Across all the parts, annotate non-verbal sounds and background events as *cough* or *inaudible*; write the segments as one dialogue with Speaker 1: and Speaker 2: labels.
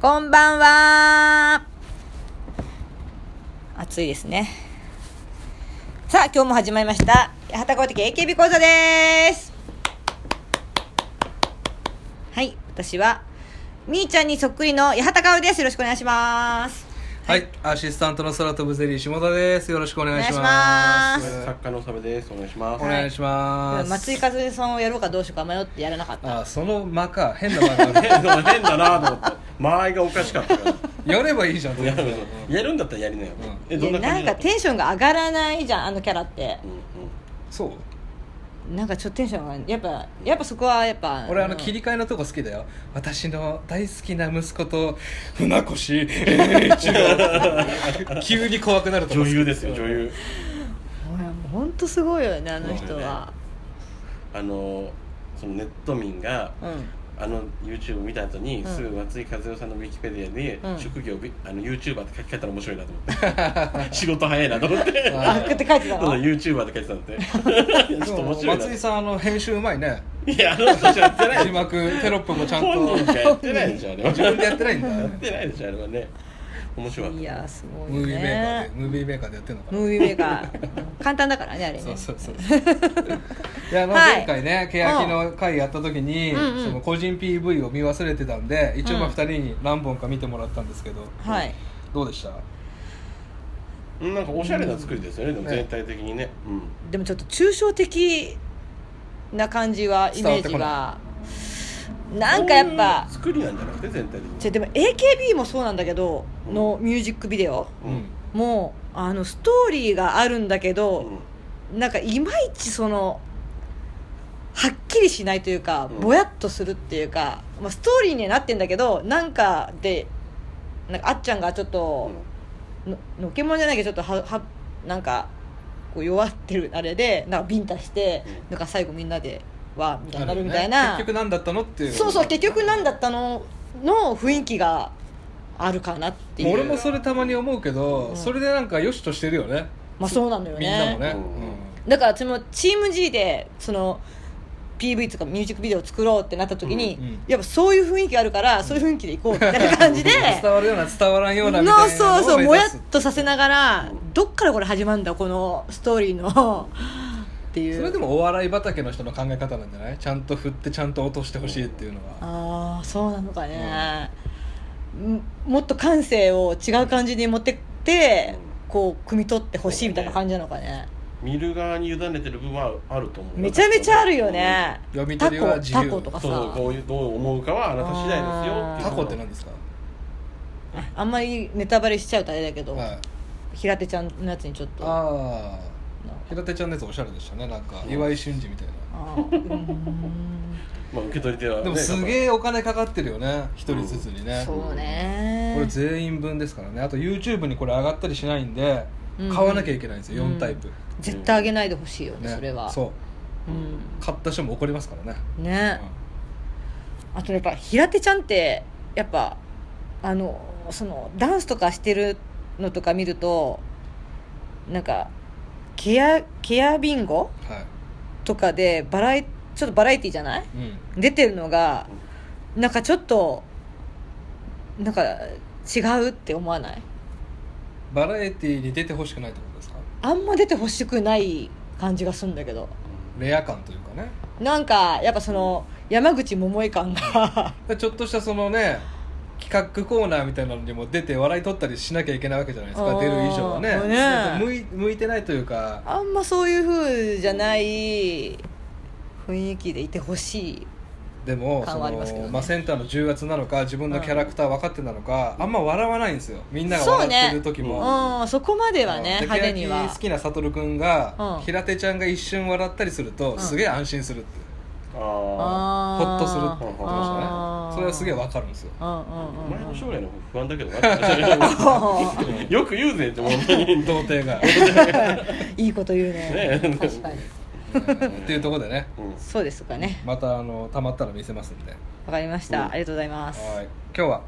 Speaker 1: こんばんは。暑いですね。さあ、今日も始まりました。八幡光的 AKB 講座です。はい、私は、みーちゃんにそっくりの八幡薫です。よろしくお願いします。
Speaker 2: はい、アシスタントの空飛ぶゼリー下田です。よろしくお願いし
Speaker 1: お願
Speaker 2: ま
Speaker 1: いし
Speaker 2: す。
Speaker 3: 作家のサメですお願いします
Speaker 2: お願いします。
Speaker 1: 松井和恵さんをやろうかどうしようか迷ってやらなかった。
Speaker 2: あ、その間か、変な間 *laughs* が。
Speaker 3: 変だ変だなと思って間合いがおかしかったから
Speaker 2: やればいいじ
Speaker 3: *laughs*
Speaker 2: ゃん。
Speaker 3: やるやるんだったらやりなよ、
Speaker 2: う
Speaker 3: え
Speaker 1: い
Speaker 3: どん
Speaker 1: や
Speaker 3: な感
Speaker 1: な
Speaker 3: じ
Speaker 1: ん
Speaker 3: だ
Speaker 1: か
Speaker 3: ったの
Speaker 1: テンションが上がらないじゃん、あのキャラって。
Speaker 3: うんうん
Speaker 2: そう。
Speaker 1: なんかちょっとテンションが、やっぱ、やっぱそこはやっぱ。
Speaker 2: 俺あの
Speaker 1: うん
Speaker 2: 切り替えのとこ好きだよ。私の大好きな息子と船越英一
Speaker 3: *laughs*
Speaker 2: 郎。急に怖くなるとこ
Speaker 3: 女
Speaker 2: 好き
Speaker 3: 優ですよ女。優
Speaker 1: ほらもう本当すごいよねあの人は、
Speaker 3: あのそのネット民があの YouTube 見た後に、
Speaker 1: うん
Speaker 3: すぐ松井和代さんのウィキペディアで、
Speaker 1: うん
Speaker 3: 職業びあの YouTuber って書き換えたら面白いなと思って
Speaker 2: *laughs*
Speaker 3: 仕事早いなと思って
Speaker 1: うんあこって書いて
Speaker 3: そ
Speaker 1: た
Speaker 3: う
Speaker 1: の
Speaker 3: だ YouTuber って書いてたんでちょっと面
Speaker 2: *laughs* でも
Speaker 3: 白いな
Speaker 2: 松井さんあの編集うまいね。
Speaker 3: いやあの人たちやってない
Speaker 2: 字幕テロップもちゃん
Speaker 3: 本人
Speaker 2: と
Speaker 3: がやってないでしょあれは
Speaker 2: 自分でやってないんだ。
Speaker 3: やってないでしょあれはね面白かった
Speaker 1: いやすごい
Speaker 2: ム
Speaker 1: よ
Speaker 2: ービーメーカー
Speaker 1: ね
Speaker 2: でムービーメーカーでやってるのかな。
Speaker 1: ムービーメーカー簡単だからねあれね
Speaker 2: そうそうそういやあの
Speaker 1: はい
Speaker 2: 前回ね、ケ欅の会やった時に、
Speaker 1: うんうん
Speaker 2: その個人 PV を見忘れてたんで一応ま
Speaker 1: う
Speaker 2: あ
Speaker 1: ん
Speaker 2: 2人に何本か見てもらったんですけど、
Speaker 1: はい
Speaker 2: どうでした
Speaker 3: うんなんかおしゃれな作りですよね、でも全体的にね、うん、
Speaker 1: でもちょっと抽象的な感じはイメージがなんかやっぱ
Speaker 3: そういう作りなんじゃなくて全体的に
Speaker 1: ちょでも AKB もそうなんだけど
Speaker 3: うん
Speaker 1: のミュージックビデオ
Speaker 3: うん
Speaker 1: もうあのストーリーがあるんだけ
Speaker 3: う
Speaker 1: ど
Speaker 3: ん
Speaker 1: なんかいまいちそのはっきりしないというか、
Speaker 3: うん
Speaker 1: ぼやっとするっていうか、まあ、ストーリーにはなってんだけどなんかでなんかあっちゃんがちょっと、ののっけもんじゃないけどちょっとははなんかこう弱ってるあれでなんかビンタして、
Speaker 3: うん
Speaker 1: なんか最後みんなでわーみたいにな
Speaker 2: あの
Speaker 1: る
Speaker 2: ね
Speaker 1: みたいな、
Speaker 2: 結局何だったのっていう
Speaker 1: そうそう結局何だったのの雰囲気があるかなっていう
Speaker 2: 俺もそれたまに思うけど、
Speaker 1: うん
Speaker 2: それでなんかよしとしてるよね
Speaker 1: まあそうなんだよ
Speaker 2: みんなもね、
Speaker 3: うん
Speaker 1: だから私もチーム G でその PV とかミュージックビデオを作ろうってなった時に、
Speaker 2: うんうん
Speaker 1: やっぱそういう雰囲気あるからそういう雰囲気でいこうみたいな感じ
Speaker 2: *laughs*
Speaker 1: で
Speaker 2: 伝わるような伝わらんようなみた
Speaker 1: の
Speaker 2: いな
Speaker 1: そう
Speaker 2: のを
Speaker 1: そう
Speaker 2: 目
Speaker 1: もや
Speaker 2: 指
Speaker 1: っ
Speaker 2: す
Speaker 1: とさせながら
Speaker 3: うん
Speaker 1: どっからこれ始まるんだこのストーリーのっていう
Speaker 2: それでもお笑い畑の人の考え方なんじゃないちゃんと振ってちゃんと落としてほしいっていうのは、
Speaker 1: ああそうなのかね、んもっと感性を違う感じに持ってって、こう汲み取ってほしいみたいな感じなのかね
Speaker 3: 見る側に委ねてる部分はあると思う
Speaker 1: めちゃめちゃあるよね、
Speaker 2: 読み
Speaker 1: タ
Speaker 2: 取りは
Speaker 1: コ
Speaker 2: 自
Speaker 1: タ
Speaker 2: 由
Speaker 1: コとかさ
Speaker 3: そうこういうどう思うかはあなた次第ですよ
Speaker 2: タコって
Speaker 3: ん
Speaker 2: 何ですか、
Speaker 1: あんまりネタバレしちゃうとあれだけど、
Speaker 2: はい、
Speaker 1: 平手ちゃんのやつにちょっとあ
Speaker 2: ああ平手ちゃんのやつおしゃれでしたねなんか
Speaker 3: そう
Speaker 2: 岩井俊二みたいな
Speaker 1: あーうーん
Speaker 3: まあ受け取り手は、ね、
Speaker 2: でもす
Speaker 3: え
Speaker 2: げえお金かかってるよね一人ずつに *laughs* ね、
Speaker 1: そうね
Speaker 2: これ全員分ですからねあと YouTube にこれ上がったりしないんで
Speaker 1: うん
Speaker 2: 買わなきゃいけないんですよ、
Speaker 1: うん
Speaker 2: 4タイプ、
Speaker 1: 絶対あげないでほしいよね
Speaker 2: ね
Speaker 1: それは、
Speaker 2: そうう買った人も怒りますからね、
Speaker 1: ん、ね、あとやっぱ平手ちゃんってやっぱあのそのダンスとかしてるのとか見るとなんかケアケアビンゴ
Speaker 2: うんはい、
Speaker 1: とかでバラエちょっとバラエティじゃない
Speaker 2: うん、
Speaker 1: 出てるのがなんかちょっとなんか違うって思わない
Speaker 2: バラエティに出てほしくないってことですか
Speaker 1: あんま出てほしくない感じがするんだけど
Speaker 2: レア感というかね
Speaker 1: なんかやっぱその山口百恵感が *laughs*
Speaker 2: でちょっとしたそのね企画コーナーみたいなのにも出て笑い取ったりしなきゃいけないわけじゃないです
Speaker 1: あ
Speaker 2: か
Speaker 1: ー
Speaker 2: 出る以上はね
Speaker 1: ね
Speaker 2: なんか向い向いてないというか
Speaker 1: あんまそういう風じゃない雰囲気でいてほしい
Speaker 2: でもそ
Speaker 1: 感はありますけど
Speaker 2: の、
Speaker 1: ね
Speaker 2: まあ、センターの重圧なのか自分のキャラクター分かってなのか、あんま笑わないんですよみんなが笑ってる時
Speaker 3: そう
Speaker 2: も、
Speaker 3: ね
Speaker 1: うん、そこまではね
Speaker 2: で
Speaker 1: 派手に
Speaker 2: ケヤ
Speaker 1: は
Speaker 2: キ好きな悟君が、
Speaker 1: うん
Speaker 2: 平手ちゃんが一瞬笑ったりすると、
Speaker 1: ん
Speaker 2: すげえ安心するって
Speaker 3: あ
Speaker 1: あー
Speaker 2: ほっとするって
Speaker 3: 言って
Speaker 2: 言ってましたねそれはすげえ分かるんですよ
Speaker 1: うんうん
Speaker 3: あ
Speaker 1: うん
Speaker 3: 前
Speaker 1: う
Speaker 3: の
Speaker 1: ん
Speaker 3: 将来の不安だけどな *laughs* よく言うぜっ
Speaker 1: *laughs*
Speaker 3: て本当に
Speaker 2: 童貞 *laughs* が
Speaker 1: いいこと
Speaker 2: *laughs*
Speaker 1: 言うね
Speaker 3: ね
Speaker 1: 確かに
Speaker 2: っていうところでね
Speaker 3: うん
Speaker 1: そうですかね
Speaker 2: またあのたまったら見せますんでは
Speaker 1: わかりまし
Speaker 3: う
Speaker 1: た
Speaker 3: ん
Speaker 1: ありがとうございます
Speaker 2: い今日は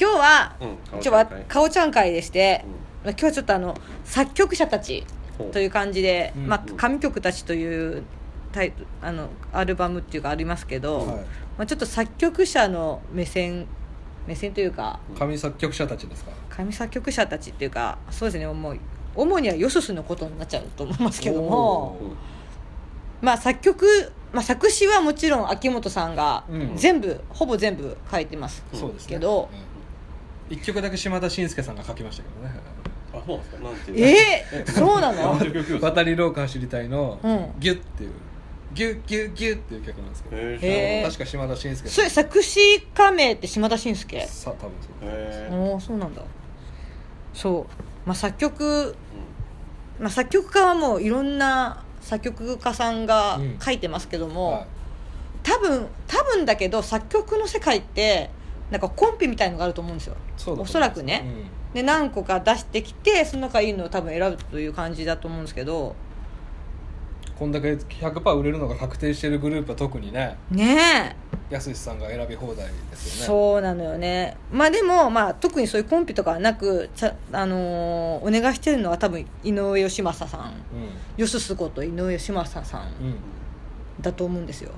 Speaker 1: 今日は
Speaker 3: うん
Speaker 1: 一応わかおちゃん会でして
Speaker 3: う
Speaker 1: まあ
Speaker 3: ん
Speaker 1: 今日はちょっとあの作曲者たち
Speaker 3: ほう
Speaker 1: という感じで
Speaker 2: うん
Speaker 1: まあ神曲たちというタイトあのアルバムっていうかありますけど
Speaker 2: はい
Speaker 1: まあちょっと作曲者の目線目線というか
Speaker 2: 神作曲者たちですか
Speaker 1: 神作曲者たちっていうかそうですねもう主にはヨシスのことになっちゃうと思いますけども
Speaker 2: おー
Speaker 1: まあ作曲、まあ、作詞はもちろん秋元さんが
Speaker 2: うん
Speaker 1: 全部、ほぼ全部書いてます
Speaker 3: うん
Speaker 2: そうですね
Speaker 1: けど
Speaker 2: うん一曲だけ島田紳介さんが書きましたけどね
Speaker 3: あそうなんですかなんていう
Speaker 1: えー、そうなの
Speaker 3: あそういう曲です
Speaker 2: 渡り廊下走りたいの
Speaker 1: うん
Speaker 2: ギュッっていうギュッギュッギュッっていう曲なんですけど
Speaker 3: へ
Speaker 1: へえ
Speaker 2: 確か島田紳介
Speaker 1: そ
Speaker 2: さ
Speaker 1: れ作詞家名って島田紳介
Speaker 2: んさ多分そう
Speaker 3: え
Speaker 1: おおそうなんだそう、まあ、作曲、まあ、作曲家はもういろんな作曲家さんが
Speaker 2: うん
Speaker 1: 書いてますけども、
Speaker 2: は
Speaker 1: 多分多分だけど作曲の世界ってなんかコンピみたいのがあると思うんですよ
Speaker 2: いそうだと思います
Speaker 1: おそらくねで何個か出してきてその中いいのを多分選ぶという感じだと思うんですけど
Speaker 2: うんこんだけ100%売れるのが確定してるグループは特にね
Speaker 1: ねえ
Speaker 2: 安さんが選び放題ですよね
Speaker 1: そうなのよねまあでも、まあ、特にそういうコンピとかはなくちゃ、あのーお願いしてるのは多分井上義正さんよすすこと井上義正さん
Speaker 2: うんうん
Speaker 1: だと思うんですよ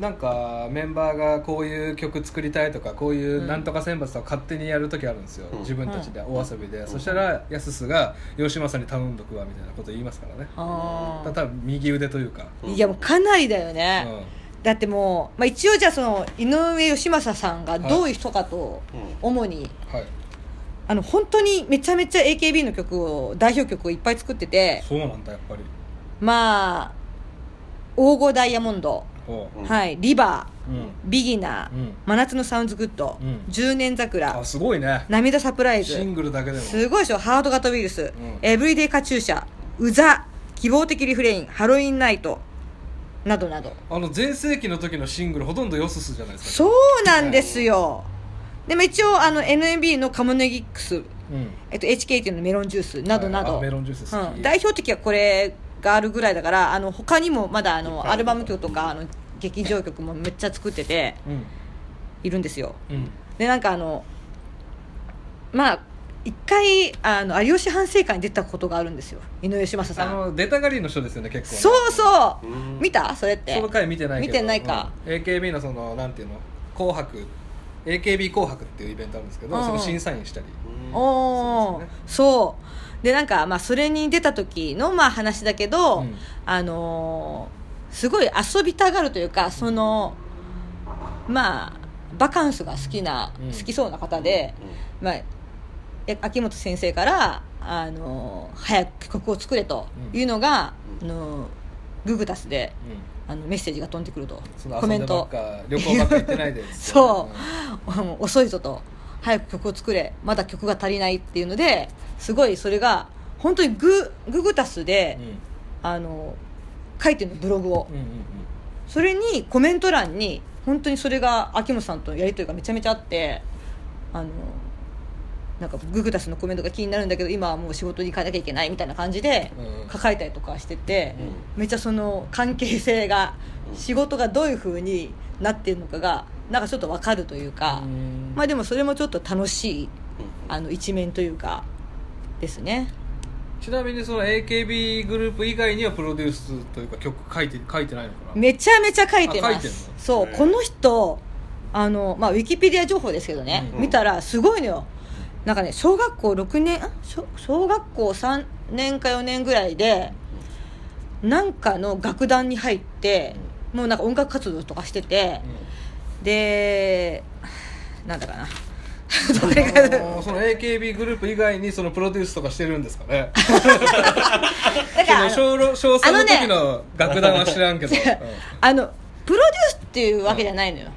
Speaker 2: なんかメンバーがこういう曲作りたいとかこういうなんとか選抜とか勝手にやる時あるんですよ、
Speaker 3: うん
Speaker 2: 自分たちで
Speaker 1: う
Speaker 2: お遊びで、
Speaker 3: ん
Speaker 2: そしたらやすすが吉間さんに頼んどくわみたいなこと言いますからね、
Speaker 1: あ
Speaker 2: ただ多分右腕というか、
Speaker 3: うん
Speaker 1: いやもうかなりだよ
Speaker 2: う
Speaker 1: ね、
Speaker 2: ん
Speaker 1: だってもう、まあ、一応じゃあその井上義正さんがどういう人かと
Speaker 3: うん
Speaker 1: 主に
Speaker 2: はい
Speaker 1: あの本当にめちゃめちゃ AKB の曲を代表曲をいっぱい作ってて
Speaker 2: そうなんだやっぱり
Speaker 1: まあ黄金ダイヤモンド、
Speaker 2: ほ
Speaker 3: うん
Speaker 1: はいリバ
Speaker 2: ううん
Speaker 1: ービギナー、
Speaker 2: うん
Speaker 1: 真夏のサウンズグッド、
Speaker 2: うん
Speaker 1: 十年桜
Speaker 2: あすごいね
Speaker 1: 涙サプライズ
Speaker 2: シングルだけでも
Speaker 1: すごいでしょハート型ウイルス、
Speaker 2: ん
Speaker 1: エブリデイカチューシャうざ希望的リフレインハロウィンナイトなどなど
Speaker 2: あの全盛期の時のシングルほとんどよすすじゃないですか
Speaker 1: そうなんですよでも一応あの NMB のカモネギックス、
Speaker 2: うん
Speaker 1: えっと、HKT のメロンジュースなどな
Speaker 2: はい
Speaker 1: ど、
Speaker 2: あメロンジュース好き
Speaker 1: うん代表的はこれがあるぐらいだからあの他にもまだあの
Speaker 3: い
Speaker 1: アルバム曲とかあの劇場曲もめっちゃ作ってて
Speaker 2: うん
Speaker 1: いるんですよ
Speaker 2: うん
Speaker 1: でなんかあのまあ一回あの有吉反省会に出たことがあるんですよ井上義正さ
Speaker 2: あ
Speaker 1: ん
Speaker 2: の出たがりの人ですよね結構ね
Speaker 1: そうそう、
Speaker 3: うん
Speaker 1: 見たそれって
Speaker 2: その回見てないけど
Speaker 1: 見てないか、
Speaker 2: うん AKB のそのなんていうの「紅白」AKB 紅白っていうイベントあるんですけど、
Speaker 1: うんうん
Speaker 2: その審査員したり
Speaker 3: うん
Speaker 1: おお
Speaker 2: そうですね
Speaker 1: そうでなんか、まあ、それに出た時の、まあ、話だけど、
Speaker 2: うん
Speaker 1: あのーすごい遊びたがるというかそのまあバカンスが好きな、
Speaker 2: うん
Speaker 1: 好きそうな方で、まあ、や秋元先生から、あのー早く曲を作れというのが、
Speaker 3: うん
Speaker 1: あのーググタスで
Speaker 2: うん
Speaker 1: あのメッセージが飛んでくると
Speaker 2: その
Speaker 1: コメ
Speaker 2: 遊ん
Speaker 1: ン
Speaker 2: でばっ
Speaker 1: ト
Speaker 2: か旅行ばっか行ってないでっつって
Speaker 1: そう *laughs* 遅いぞと早く曲を作れまだ曲が足りないっていうのですごいそれが本当にグググタスで、
Speaker 2: うん
Speaker 1: あの書いてるのブログを、
Speaker 2: うんうんうん
Speaker 1: それにコメント欄に本当にそれが秋元さんとのやり取りがめちゃめちゃあってあのなんかググタスのコメントが気になるんだけど今はもう仕事に行かなきゃいけないみたいな感じで
Speaker 2: うん
Speaker 1: 書かれたりとかしてて、
Speaker 3: うん
Speaker 1: めっちゃその関係性が
Speaker 3: うん
Speaker 1: 仕事がどういう風になってるのかがなんかちょっとわかるというか、
Speaker 2: うん
Speaker 1: まあでもそれもちょっと楽しいあの一面というかですね
Speaker 2: ちなみにその AKB グループ以外にはプロデュースというか曲書いて書いてないのかな
Speaker 1: めちゃめちゃ書いて
Speaker 2: あ
Speaker 1: ま
Speaker 2: 書いてんの
Speaker 1: すそう
Speaker 3: へえ
Speaker 1: この人あの、まあ、ウィキペディア情報ですけどね、
Speaker 3: うん
Speaker 1: 見たらすごいのよなんかね小学校6年ん小小学校3年か4年ぐらいでなんかの楽団に入って、もうなんか音楽活動とかしてて、でなんだかな *laughs* どれ
Speaker 2: うんあ
Speaker 1: が
Speaker 2: のーその AKB グループ以外にそのプロデュースとかしてるんですかね
Speaker 1: *laughs* だからあ
Speaker 2: そ
Speaker 1: の
Speaker 2: の小ろ小3の時の楽団は知らんけど、
Speaker 1: あのプロデュースっていうわけじゃないのよ、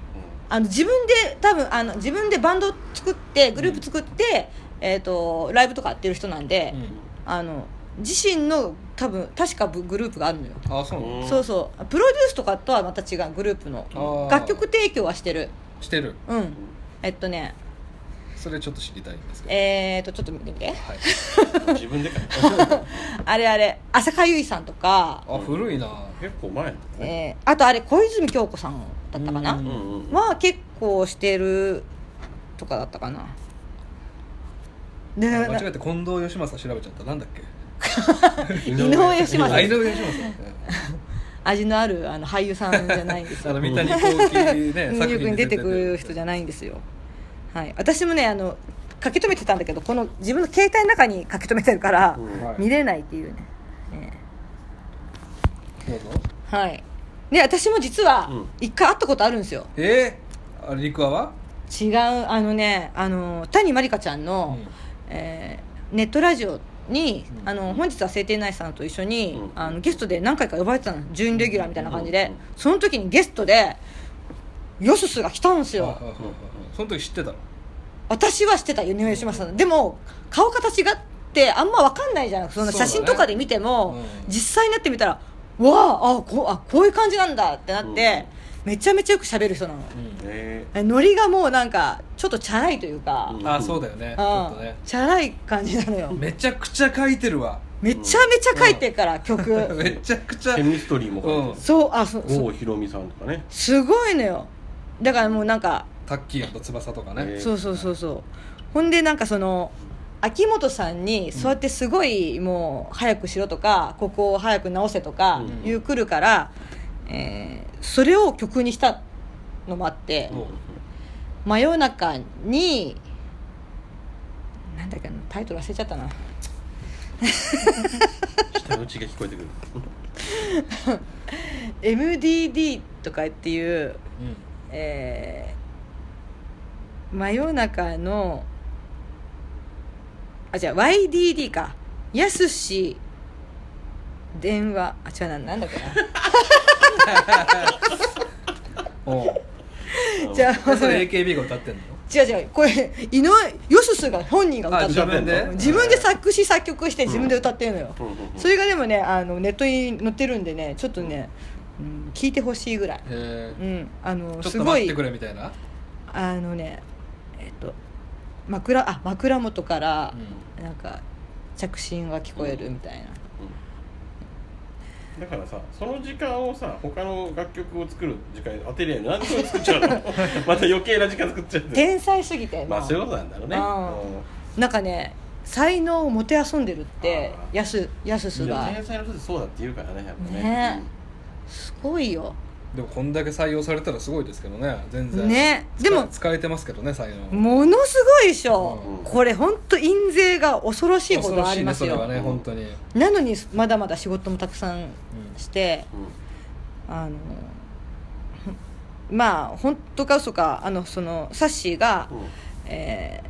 Speaker 1: あの自分で多分あの自分でバンド作ってグループ作って、えっ、とライブとかやってる人なんで、
Speaker 2: うんうん
Speaker 1: あの自身の多分確かぶグループがあるのよ、
Speaker 2: あそうなの
Speaker 3: うん
Speaker 1: そうそうプロデュースとかとはまた違うグループの
Speaker 2: あー
Speaker 1: 楽曲提供はしてる
Speaker 2: してる
Speaker 1: うんえっとね
Speaker 2: それちょっと知りたいんですけど
Speaker 1: えっ、とちょっと見てみて
Speaker 2: はい
Speaker 3: うん自分でかい
Speaker 1: あれあれ浅香唯さんとか、
Speaker 2: あ古いな
Speaker 3: 結構前だね
Speaker 1: えーあとあれ小泉京子さんだったかな、
Speaker 2: う
Speaker 3: うん
Speaker 2: ん
Speaker 3: うん
Speaker 1: は結構してるとかだったかなで
Speaker 2: 間違えて近藤義正調べちゃったなんだっけ
Speaker 1: 井上義正
Speaker 2: あ井上義正
Speaker 1: 味のあるあの俳優さんじゃないんです
Speaker 2: あ
Speaker 1: よ
Speaker 2: の三谷幸
Speaker 1: *laughs*
Speaker 2: 喜ね
Speaker 1: うんよく出てくる人じゃ
Speaker 2: ない
Speaker 1: ないんですよ、はい、私もねあの書き留めてたんだけどこの自分の携帯の中に書き留めてるから、
Speaker 3: うん
Speaker 2: はい
Speaker 1: 見れないっていうね、え
Speaker 2: どうぞ
Speaker 1: えはいで私も実は
Speaker 3: うん
Speaker 1: 一回会ったことあるんですよ、
Speaker 2: えー、あれ陸アは、
Speaker 1: 違うあのねあの谷まりかちゃん
Speaker 2: う
Speaker 1: の、
Speaker 2: ん
Speaker 1: えーネットラジオに、
Speaker 2: うん
Speaker 1: あの本日は晴天内さんと一緒に、
Speaker 3: うん
Speaker 1: あのゲストで何回か呼ばれてたの準レギュラーみたいな感じで、
Speaker 3: うん
Speaker 1: その時にゲストでヨススが来たんです
Speaker 2: はい
Speaker 1: よ
Speaker 2: はいはいはいその時知ってたの
Speaker 1: 私は知ってたよ井上しまさんでも顔形がってあんま分かんないじゃんその
Speaker 2: そうだ
Speaker 1: 写真
Speaker 2: ね
Speaker 1: とかで見ても、
Speaker 2: うん
Speaker 1: 実際になってみたらわああこうあこういう感じなんだってなって、めちゃめちゃよく喋る人なの
Speaker 3: え
Speaker 1: えノリがもうなんかちょっとチャラいというか、
Speaker 3: うん
Speaker 2: あそうだよねちょっと
Speaker 1: あ
Speaker 2: ね
Speaker 1: チャラい感じなのよ
Speaker 2: めちゃくちゃ書いてるわ
Speaker 1: めちゃめちゃ書いてから、曲
Speaker 2: *laughs* めちゃくち
Speaker 3: ー
Speaker 2: ゃ
Speaker 3: ケミストリーも書いてる
Speaker 1: そうあそうそう
Speaker 3: 郷ひろみさんとかね
Speaker 1: すごいのよだからもうなんか、
Speaker 2: タッキーと翼とかね、
Speaker 3: えー
Speaker 1: そうそうそうそうほんでなんかその秋元さんにそうやってすごいもう早くしろとか、ここを早く直せとか
Speaker 3: うん
Speaker 1: 言うくるから、えーそれを曲にしたのもあって、
Speaker 2: うん
Speaker 1: 真夜中になんだっけなタイトル忘れちゃったな
Speaker 3: 舌打ちが聞こえてくる
Speaker 1: MDD とかっていう、
Speaker 2: うん
Speaker 1: えー真夜中のあじゃあ YDD かやすし電話あ違うななんだっけ *laughs*
Speaker 2: おう
Speaker 1: なじゃあ
Speaker 2: それ AKB が歌ってんの
Speaker 1: 違う違うこれ井上よすすが本人が歌
Speaker 2: あ
Speaker 1: って
Speaker 2: 自
Speaker 1: る
Speaker 2: 分で
Speaker 1: 自分で作詞作曲して自分で歌ってるのよ、
Speaker 3: うんうんうん
Speaker 1: それがでもねあのネットに載ってるんでねちょっとね、うん、聞いてほしいぐらい、
Speaker 2: え
Speaker 1: うん、あの
Speaker 2: ー、ちょっ
Speaker 1: す
Speaker 2: と
Speaker 1: ご
Speaker 2: 待っ
Speaker 1: い
Speaker 2: てくれみたいな、
Speaker 1: あのねえっと枕あ枕元から
Speaker 2: う
Speaker 1: なんか着信が聞こえるみたいな、
Speaker 3: だからさその時間をさ他の楽曲を作る時間に当てりゃいいのになんでそれ作っちゃうのまた余計な時間作っちゃって
Speaker 1: 天才すぎて、
Speaker 3: まあそういうことなんだろうね
Speaker 1: うなんかね才能をもてあそんでるって
Speaker 3: あー
Speaker 1: やすやす
Speaker 3: う
Speaker 1: す
Speaker 3: んいや
Speaker 1: が
Speaker 3: 天才の人ってそうだって言うからねやっぱね
Speaker 1: ねすごいよ
Speaker 2: ん、でもこんだけ採用されたらすごいですけどね全然
Speaker 1: ね
Speaker 2: 使
Speaker 1: でも
Speaker 2: 使えてますけどね採用
Speaker 1: ものすごいでしょ、
Speaker 3: うん
Speaker 1: これ本当印税が恐ろしいほ
Speaker 2: 恐
Speaker 1: ど
Speaker 2: ろ
Speaker 1: あ
Speaker 2: し
Speaker 1: り
Speaker 2: い
Speaker 1: ま
Speaker 2: ね
Speaker 1: す
Speaker 2: それ
Speaker 1: よ
Speaker 2: はね本当に、うん
Speaker 1: なのにまだまだ仕事もたくさんして、あのまあ本当か嘘かあのそのサッシーが、
Speaker 3: うんうん
Speaker 1: えー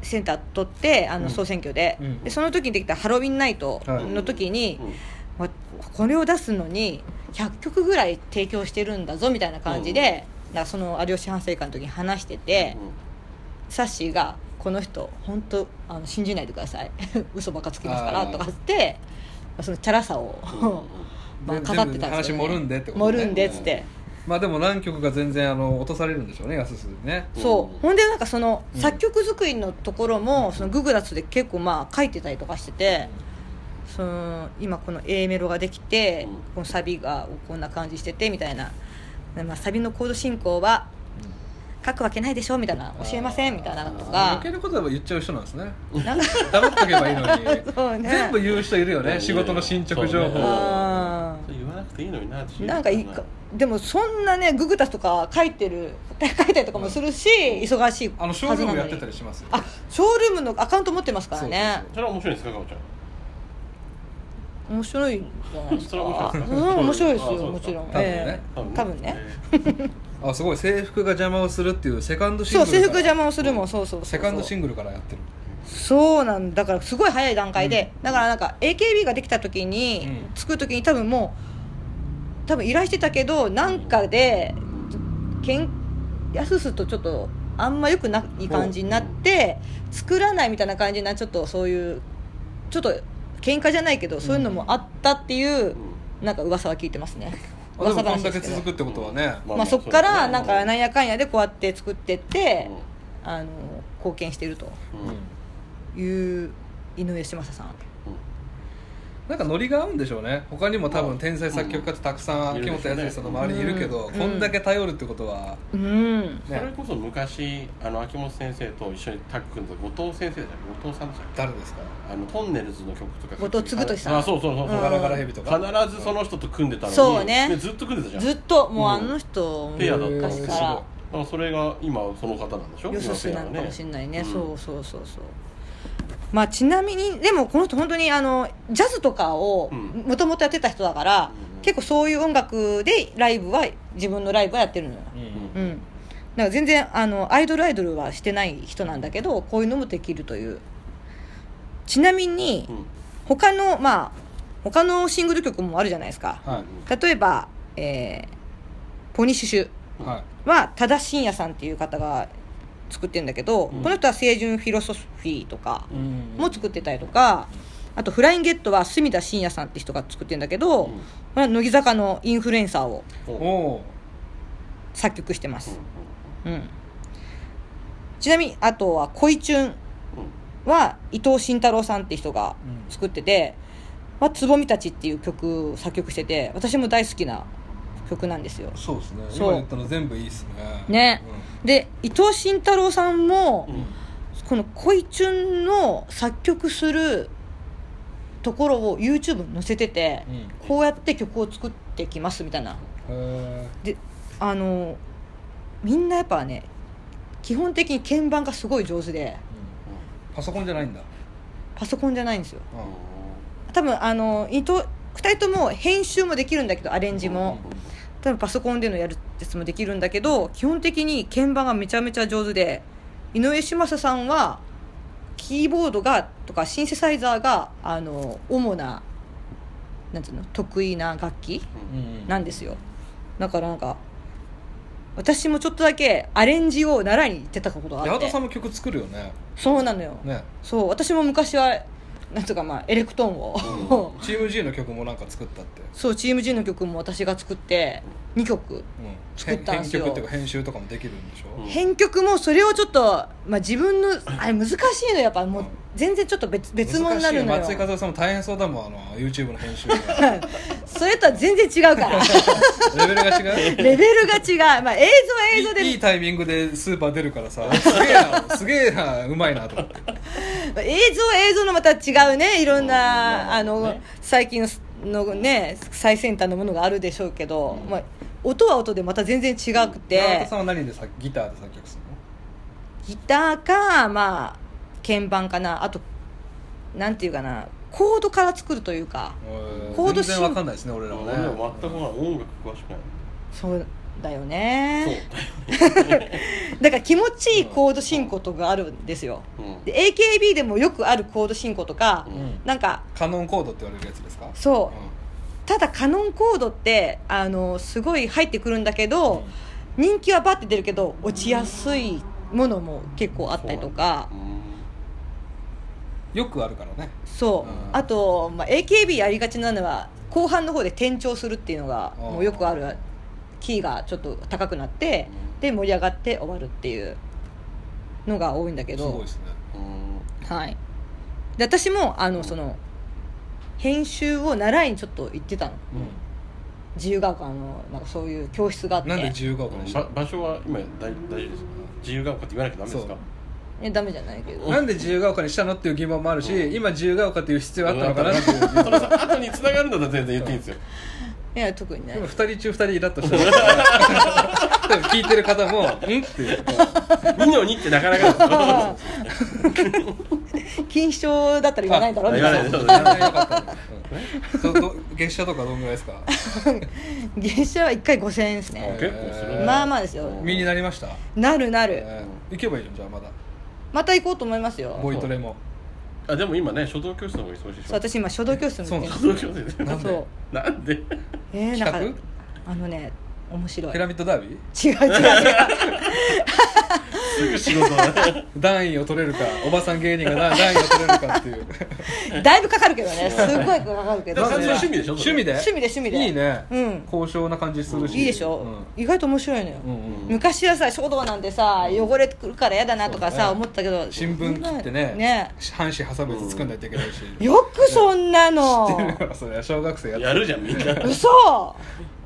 Speaker 1: センター取ってあ
Speaker 2: う
Speaker 1: の
Speaker 2: ん
Speaker 1: 総選挙で,、
Speaker 2: うん
Speaker 1: でその時にできたハロウィンナイトの時に、
Speaker 3: うん
Speaker 1: わこれを出すのに100曲ぐらい提供してるんだぞみたいな感じで、なんかその有吉反省会の時に話してて、サッシーが「この人本当あの信じないでください *laughs* 嘘ばっかつきますから
Speaker 2: あ」ー
Speaker 1: とかってそのチャラさを、
Speaker 3: うんうん
Speaker 1: *laughs* まあ、
Speaker 2: で
Speaker 1: 語ってたんですよ、ね、
Speaker 2: 全部話盛るんでってことね
Speaker 1: 盛るんでっつって、
Speaker 2: まあでも何曲か全然あの落とされるんでしょうね安すね
Speaker 3: うん
Speaker 1: そう、
Speaker 3: うん
Speaker 1: ほんでなんかその
Speaker 2: うん
Speaker 1: 作曲作りのところも、そのググラスで結構まあ書いてたりとかしてて、その今この A メロができて、
Speaker 3: うん
Speaker 1: このサビがこんな感じしててみたいな、まあ、サビのコード進行は書くわけないでしょみたいな教えませんみたいなのと
Speaker 2: 余
Speaker 1: か
Speaker 2: 計なことは言っちゃう人なんですね
Speaker 1: なんか
Speaker 2: 黙っとけばいいのに、
Speaker 1: *laughs* そうね
Speaker 2: 全部言う人いるよ
Speaker 3: う
Speaker 2: ね
Speaker 3: ん
Speaker 2: 仕事の進捗情
Speaker 3: そう
Speaker 2: 報
Speaker 3: ね
Speaker 1: あー
Speaker 3: それ言わなくていいのになって
Speaker 1: なんかいいかでもそんなねググタスとか書いてる書いたりとかもするし忙しい
Speaker 2: あのショールームやってたりしますよ
Speaker 1: あショールームのアカウント持ってますからね
Speaker 3: それは面白いんですかかおちゃん
Speaker 1: 面白いじゃないです
Speaker 3: それは
Speaker 1: か
Speaker 3: 面白いです
Speaker 1: う
Speaker 3: か
Speaker 1: ん面白いです
Speaker 3: あ
Speaker 1: よ
Speaker 3: そう
Speaker 1: も
Speaker 3: ですか
Speaker 1: ちろん
Speaker 2: 多分ね
Speaker 1: ええ多分ね
Speaker 2: あすごい制服が邪魔をするっていうセカンドシ
Speaker 1: そ
Speaker 2: ング
Speaker 1: う
Speaker 2: ル
Speaker 1: 制服邪
Speaker 2: を
Speaker 1: 魔をするもんそうそうそう
Speaker 2: セカンドシ
Speaker 1: ン
Speaker 2: ングルからやってる
Speaker 1: そうなんだからすごい早い段階でだからなんか AKB ができた時に
Speaker 2: うん
Speaker 1: 作る時に多分もう多分依頼してたけどなんかでけんやすすとちょっとあんま良くない感じになって作らないみたいな感じなちょっとそういうちょっと喧嘩じゃないけどそういうのもあったっていうなんか噂は聞いてますね
Speaker 2: あでも
Speaker 1: 噂
Speaker 2: こ
Speaker 1: 話
Speaker 2: んだ
Speaker 1: で
Speaker 2: け
Speaker 1: すけど
Speaker 2: 続くってことはね、
Speaker 1: まあそっから
Speaker 3: う
Speaker 1: なんかなん
Speaker 3: い
Speaker 1: やかんやでこうやって作ってってあの貢献してるという井上嶋佐さん
Speaker 2: なんかノリが合うんでしょうね他にも多分天才作曲家ってたくさん
Speaker 3: うん
Speaker 2: 秋元康さんの周りにいるけど、
Speaker 1: うん
Speaker 2: こんだけ頼るってことは、
Speaker 1: うん
Speaker 3: それこそ昔あの秋元先生と一緒にタッグ組んだ後藤先生じゃん後藤さんじゃん
Speaker 2: 誰ですか
Speaker 3: あのトンネルズの曲とか
Speaker 1: 後藤嗣俊さん
Speaker 3: あそうそうそうそう、
Speaker 1: うん
Speaker 2: ガラガラヘビとか、
Speaker 3: 必ずその人と組んでたのに
Speaker 1: そうね
Speaker 3: でずっと組んでたじゃ
Speaker 1: ず
Speaker 3: ん
Speaker 1: っともう
Speaker 3: うん
Speaker 1: あの人
Speaker 3: ペアだった
Speaker 2: んです
Speaker 1: 昔
Speaker 2: よ
Speaker 1: か
Speaker 3: だからそれが今その方なんでし
Speaker 1: ら
Speaker 3: ょ
Speaker 1: よそすなのかもしれ
Speaker 3: 今
Speaker 1: ないね、
Speaker 3: うん
Speaker 1: そうそうそうそうまあちなみにでもこの人本当にあのジャズとかを
Speaker 3: うん
Speaker 1: もともとやってた人だから、
Speaker 3: うん
Speaker 1: 結構そういう音楽でライブは自分のライブはやってるのよ、
Speaker 2: う
Speaker 3: うん
Speaker 2: ん
Speaker 1: うん、だから全然あのアイドルアイドルはしてない人なんだけどこういうのもできるというちなみに
Speaker 3: ペアのね
Speaker 1: 他のまあ他のシングル曲もあるじゃないですか
Speaker 2: は
Speaker 1: 例えば、えーポニッシュシュ
Speaker 2: いはい
Speaker 1: は多田真也さんっていう方が作ってるんだけど、
Speaker 3: うん
Speaker 1: この人は「青春フィロソフィー」とか
Speaker 2: うん
Speaker 1: も作ってたりとか、あと「フラインゲット」は隅田真也さんって人が作ってるんだけど、
Speaker 3: うん
Speaker 1: これは乃木坂のインフルエンサーを
Speaker 3: うんうん
Speaker 2: おう
Speaker 1: 作曲してます、うん、ちなみにあとは「恋チュン」は伊藤慎太郎さんって人が作ってて「はつぼみたち」っていう曲を作曲してて私も大好きな曲なんですよ
Speaker 2: そうですね
Speaker 1: そう
Speaker 2: 今言ったの全部いいです
Speaker 1: ね
Speaker 2: ね
Speaker 1: で伊藤慎太郎さんも、
Speaker 3: うんうん
Speaker 1: この「恋チュン」の作曲するところを YouTube に載せてて、
Speaker 2: うん、うんへ
Speaker 1: こうやって曲を作ってきますみたいな
Speaker 2: え
Speaker 1: であのみんなやっぱね基本的に鍵盤がすごい上手で
Speaker 2: パソコンじゃないんだ
Speaker 1: パソコンじゃないんですよ
Speaker 2: う
Speaker 3: うん
Speaker 2: ん
Speaker 1: 多分あの伊藤2人とも編集もできるんだけどアレンジも、
Speaker 3: うん
Speaker 1: 多分パソコンでのやるやつもできるんだけど基本的に鍵盤がめちゃめちゃ上手で井上志正さんはキーボードがとかシンセサイザーがあの主ななんていうの得意な楽器
Speaker 2: うん
Speaker 1: なんですよだからなんか私もちょっとだけアレンジを習いに行ってたことがあ
Speaker 2: 八
Speaker 1: って
Speaker 2: 幡さんも曲作るよね
Speaker 1: そうなのよ、
Speaker 2: ね
Speaker 1: そう私も昔はなんとかまあエレクトーンを、
Speaker 2: チーム G の曲もなんか作ったって、
Speaker 1: *laughs* そうチーム G の曲も私が作って2曲
Speaker 2: うん、
Speaker 1: 作ったん
Speaker 2: 編
Speaker 1: ですよ
Speaker 2: 曲っていうか編集とかもできるんでしょ、
Speaker 3: うん
Speaker 1: 編曲もそれをちょっと、まあ、自分のあれ難しいのやっぱもう全然ちょっと別別物になるの
Speaker 2: 難しい松井和
Speaker 1: よ
Speaker 2: 夫さんも大変そうだもんあの YouTube の
Speaker 1: *laughs*
Speaker 2: 編集が
Speaker 1: それとは全然違うから
Speaker 2: *laughs* レベルが違う
Speaker 1: レベルが違う、まあ、映像は映像で
Speaker 2: いいいタイミングでスーパー出るからさすげえなすげえなうまいなと思って
Speaker 1: まあ映像は映像のまた違うねいろん
Speaker 3: うん
Speaker 1: な
Speaker 3: まあ
Speaker 1: あの
Speaker 3: ね
Speaker 1: 最近ののね最先端のものがあるでしょうけど、まあ、音は音でまた全然違く
Speaker 2: 八幡
Speaker 1: て
Speaker 2: さんは何でさギターで作曲するの
Speaker 1: ギターかまあ鍵盤かなあとなんていうかなコードから作るというか
Speaker 2: えー
Speaker 1: コード
Speaker 2: 全然わかんないですね俺らはね
Speaker 3: 俺は全くほら音楽詳しくない
Speaker 1: そうだよね
Speaker 3: そう
Speaker 1: だから気持ちいいコード進行とかあるんですよ
Speaker 3: うん
Speaker 1: で AKB でもよくあるコード進行とか、
Speaker 3: う
Speaker 2: うん
Speaker 1: なんか
Speaker 2: カノンコードって言われるやつですか
Speaker 1: そううんただカノンコードってあのすごい入ってくるんだけど、人気はバッて出るけど落ちやすいものも結構あったりとか
Speaker 2: よくあるからね
Speaker 1: そう
Speaker 2: うん
Speaker 1: あと、まあ、AKB やりがちなのは後半の方で転調するっていうのが
Speaker 2: うん
Speaker 1: もうよくあるキーがちょっと高くなって
Speaker 3: うん
Speaker 1: で盛り上がって終わるっていうのが多いんだけ
Speaker 2: す
Speaker 1: ど
Speaker 2: ごいですね
Speaker 3: うん
Speaker 1: はい、で私もあのその編集を習いにちょっと行ってたの自由が丘のなんかそういう教室があっ
Speaker 2: なんで
Speaker 1: て
Speaker 2: 自由が丘にした
Speaker 3: ば場所は今大大丈夫です自由が丘って言わなきゃダメですか
Speaker 1: えダメじゃないけど
Speaker 2: なんで自由が丘にしたのっていう疑問もあるし今自由が丘っていう必要あったのかなっていう
Speaker 3: そのさ後に繋がるんだったら全然言っていいんですよ
Speaker 1: いや特にね
Speaker 2: 今2人中2人イラッと
Speaker 3: *laughs*
Speaker 2: したんですけど多分聞いてる方も「ん?」っていう
Speaker 3: みんなをにってなか
Speaker 1: *laughs*
Speaker 3: なかですよ
Speaker 1: 禁止症だったら言わないだろ
Speaker 3: あ
Speaker 1: み
Speaker 3: 言わ
Speaker 1: た
Speaker 3: ない
Speaker 1: い
Speaker 3: で
Speaker 1: な
Speaker 3: す
Speaker 2: よかったねうんどど月謝とかどんぐらいですか
Speaker 1: 月謝は1回5000円ですね
Speaker 3: 結構するね
Speaker 1: まあまあですよ
Speaker 3: うん
Speaker 2: 身になりました、
Speaker 1: なるなる
Speaker 2: えー行けばいいじゃんじゃあまだ
Speaker 1: また行こうと思いますよ
Speaker 2: ボイトレも
Speaker 3: あでも今ね書道教室の方が忙しいでし
Speaker 1: そう
Speaker 3: ょ
Speaker 1: 私今書道教室も行ってる
Speaker 3: 書道教室で
Speaker 2: なの
Speaker 1: そう
Speaker 3: なんで
Speaker 1: えー、なん
Speaker 2: 企
Speaker 1: かあのね面白い
Speaker 2: ピラミッドダービー
Speaker 1: 違う違う違う
Speaker 3: すぐ仕事だ
Speaker 2: 段位を取れるかおばさん芸人がな
Speaker 3: *laughs*
Speaker 2: 段位を取れるかっていう
Speaker 1: だいぶかかるけどねすごいかかるけど
Speaker 3: だから完全に
Speaker 1: 趣
Speaker 3: 趣味でしょそ
Speaker 2: 趣
Speaker 3: れ
Speaker 2: 味で
Speaker 1: 味で趣味で
Speaker 2: いいね、
Speaker 1: うん
Speaker 2: 高尚な感じするし、
Speaker 1: いいでしょ、意外と面白いのよ、
Speaker 2: うんうんうん、
Speaker 1: 昔はさ書道なんでさ汚れてくるから嫌だなとか
Speaker 2: そうだ
Speaker 1: さ
Speaker 2: ね
Speaker 1: 思ったけど
Speaker 2: 新聞切ってね
Speaker 1: ね
Speaker 2: 半紙挟むやつ作んないといけないし、
Speaker 1: よくそんなの
Speaker 2: 知ってるよ *laughs* それは小学生やって
Speaker 3: やるじゃんみんな
Speaker 1: 嘘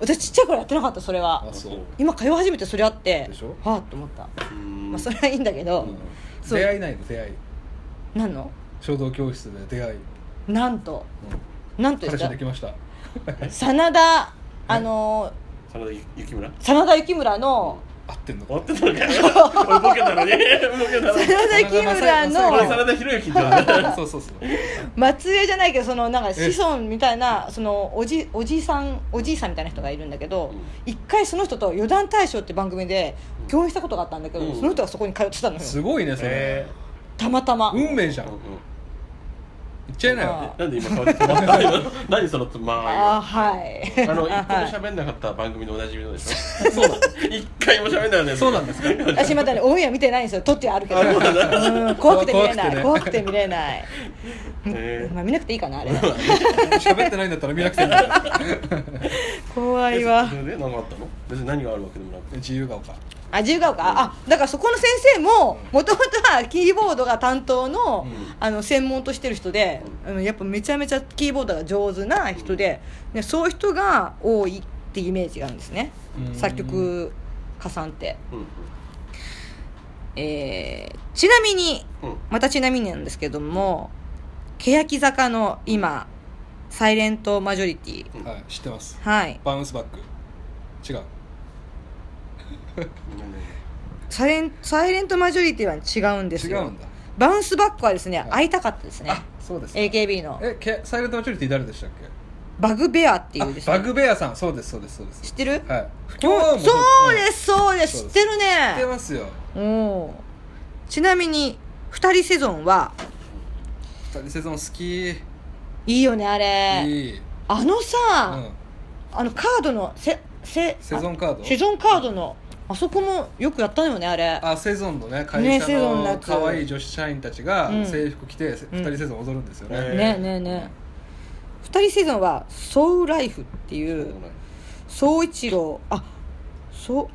Speaker 1: 私ちっちゃい頃やってなかったそれは
Speaker 2: あそう、
Speaker 1: 今通い始めてそれあって
Speaker 2: でしょ
Speaker 1: はあって思った、
Speaker 3: うん
Speaker 1: まあ、それはいいんだけど、
Speaker 2: うん
Speaker 1: そう
Speaker 2: 出会いないの出会い
Speaker 1: なんの
Speaker 2: 書道教室で出会い、
Speaker 1: なんとなんとで
Speaker 2: 彼
Speaker 1: した
Speaker 2: 氏できました
Speaker 1: 真田あの
Speaker 3: 真田幸村
Speaker 1: ー真田幸村の
Speaker 2: 合ってんのか
Speaker 3: 終わってたのかよ俺ボケたのにボケたの
Speaker 1: 真田幸村
Speaker 3: 俺
Speaker 1: の
Speaker 3: 真田広之って言うんだ
Speaker 2: そうそうそう
Speaker 1: 末裔じゃないけどそのなんか子孫みたいなそのおじおじいさんおじいさんみたいな人がいるんだけど
Speaker 3: うん
Speaker 1: 一回その人と「余談大賞」って番組で共演したことがあったんだけど、
Speaker 3: うん
Speaker 1: その人がそこに通ってたのよ
Speaker 2: すごいねそれ、
Speaker 3: え
Speaker 1: たまたま、
Speaker 2: 運命じゃん
Speaker 3: ー
Speaker 2: 行っちゃいなよ
Speaker 1: あ
Speaker 3: なんで今変わって止まった今何その「まあ
Speaker 1: あ」はい
Speaker 3: あの一
Speaker 1: あはい
Speaker 3: 回も喋んなかった番組でおなじみのでしょそうなん一回も喋んなかった
Speaker 2: そうなんです
Speaker 3: か
Speaker 1: 私まだねオンエア見てないんですよ撮ってあるけど
Speaker 3: あそうなん
Speaker 1: うん怖くて見れない怖
Speaker 2: 怖
Speaker 1: くて見れない、
Speaker 3: え
Speaker 1: まあ、見なくていいかなあれ
Speaker 2: 喋ってないんだったら見なくていいんだよ
Speaker 1: *laughs* 怖
Speaker 3: ー
Speaker 1: いわ
Speaker 3: それで何があったの別に何があるわけでもなく
Speaker 2: 自由が丘
Speaker 1: あ自由が丘あだからそこの先生ももともとはキーボードが担当の,、
Speaker 3: うん
Speaker 1: あの専門としてる人で、うん、やっぱめちゃめちゃキーボードが上手な人で、ね、そういう人が多いってイメージがあるんですね
Speaker 2: うん
Speaker 1: 作曲家さんって、
Speaker 3: うん
Speaker 1: えーちなみに
Speaker 3: うん
Speaker 1: またちなみになんですけども欅坂の今サイレントマジョリティ
Speaker 3: うん
Speaker 2: はい知ってます
Speaker 1: はい
Speaker 2: バウンスバック違う
Speaker 1: サイレンサイレントマジョリティは違うんです
Speaker 2: 違
Speaker 1: よ
Speaker 2: うんだ
Speaker 1: バウンスバックはですね
Speaker 2: い
Speaker 1: 会いたかったですね
Speaker 2: あそうですか
Speaker 1: AKB の
Speaker 2: えけサイレントマチュリティ誰でしたっけ
Speaker 1: バグベアっていうです
Speaker 2: あ
Speaker 1: ね
Speaker 2: バグベアさんそうですそうですそうです
Speaker 1: 知ってる
Speaker 2: はい不協和
Speaker 1: お
Speaker 2: 音も
Speaker 1: そうですそうです
Speaker 2: そ
Speaker 1: 知っ
Speaker 2: うです
Speaker 1: てる
Speaker 2: 知って
Speaker 1: ね
Speaker 2: ますよ
Speaker 1: おちなみに二人セゾンは
Speaker 2: 二人セゾン好きい
Speaker 1: いいよねあれ
Speaker 2: い
Speaker 1: あの
Speaker 2: う
Speaker 1: さ
Speaker 2: ん
Speaker 1: あのカードのせせ
Speaker 2: セゾンカード
Speaker 1: セゾンカードのあそこもよくやったのよねあれ
Speaker 2: あセゾンのね
Speaker 1: ね
Speaker 2: 会社
Speaker 1: セゾンのや
Speaker 2: の
Speaker 1: つ
Speaker 2: 可愛い女子社員たちが
Speaker 1: うん
Speaker 2: 制服着てせ
Speaker 1: うん
Speaker 2: 二人セゾン踊るんですよね
Speaker 3: ね
Speaker 1: ねえねえねえ2人セゾンはソウライフっていう宗一郎あそう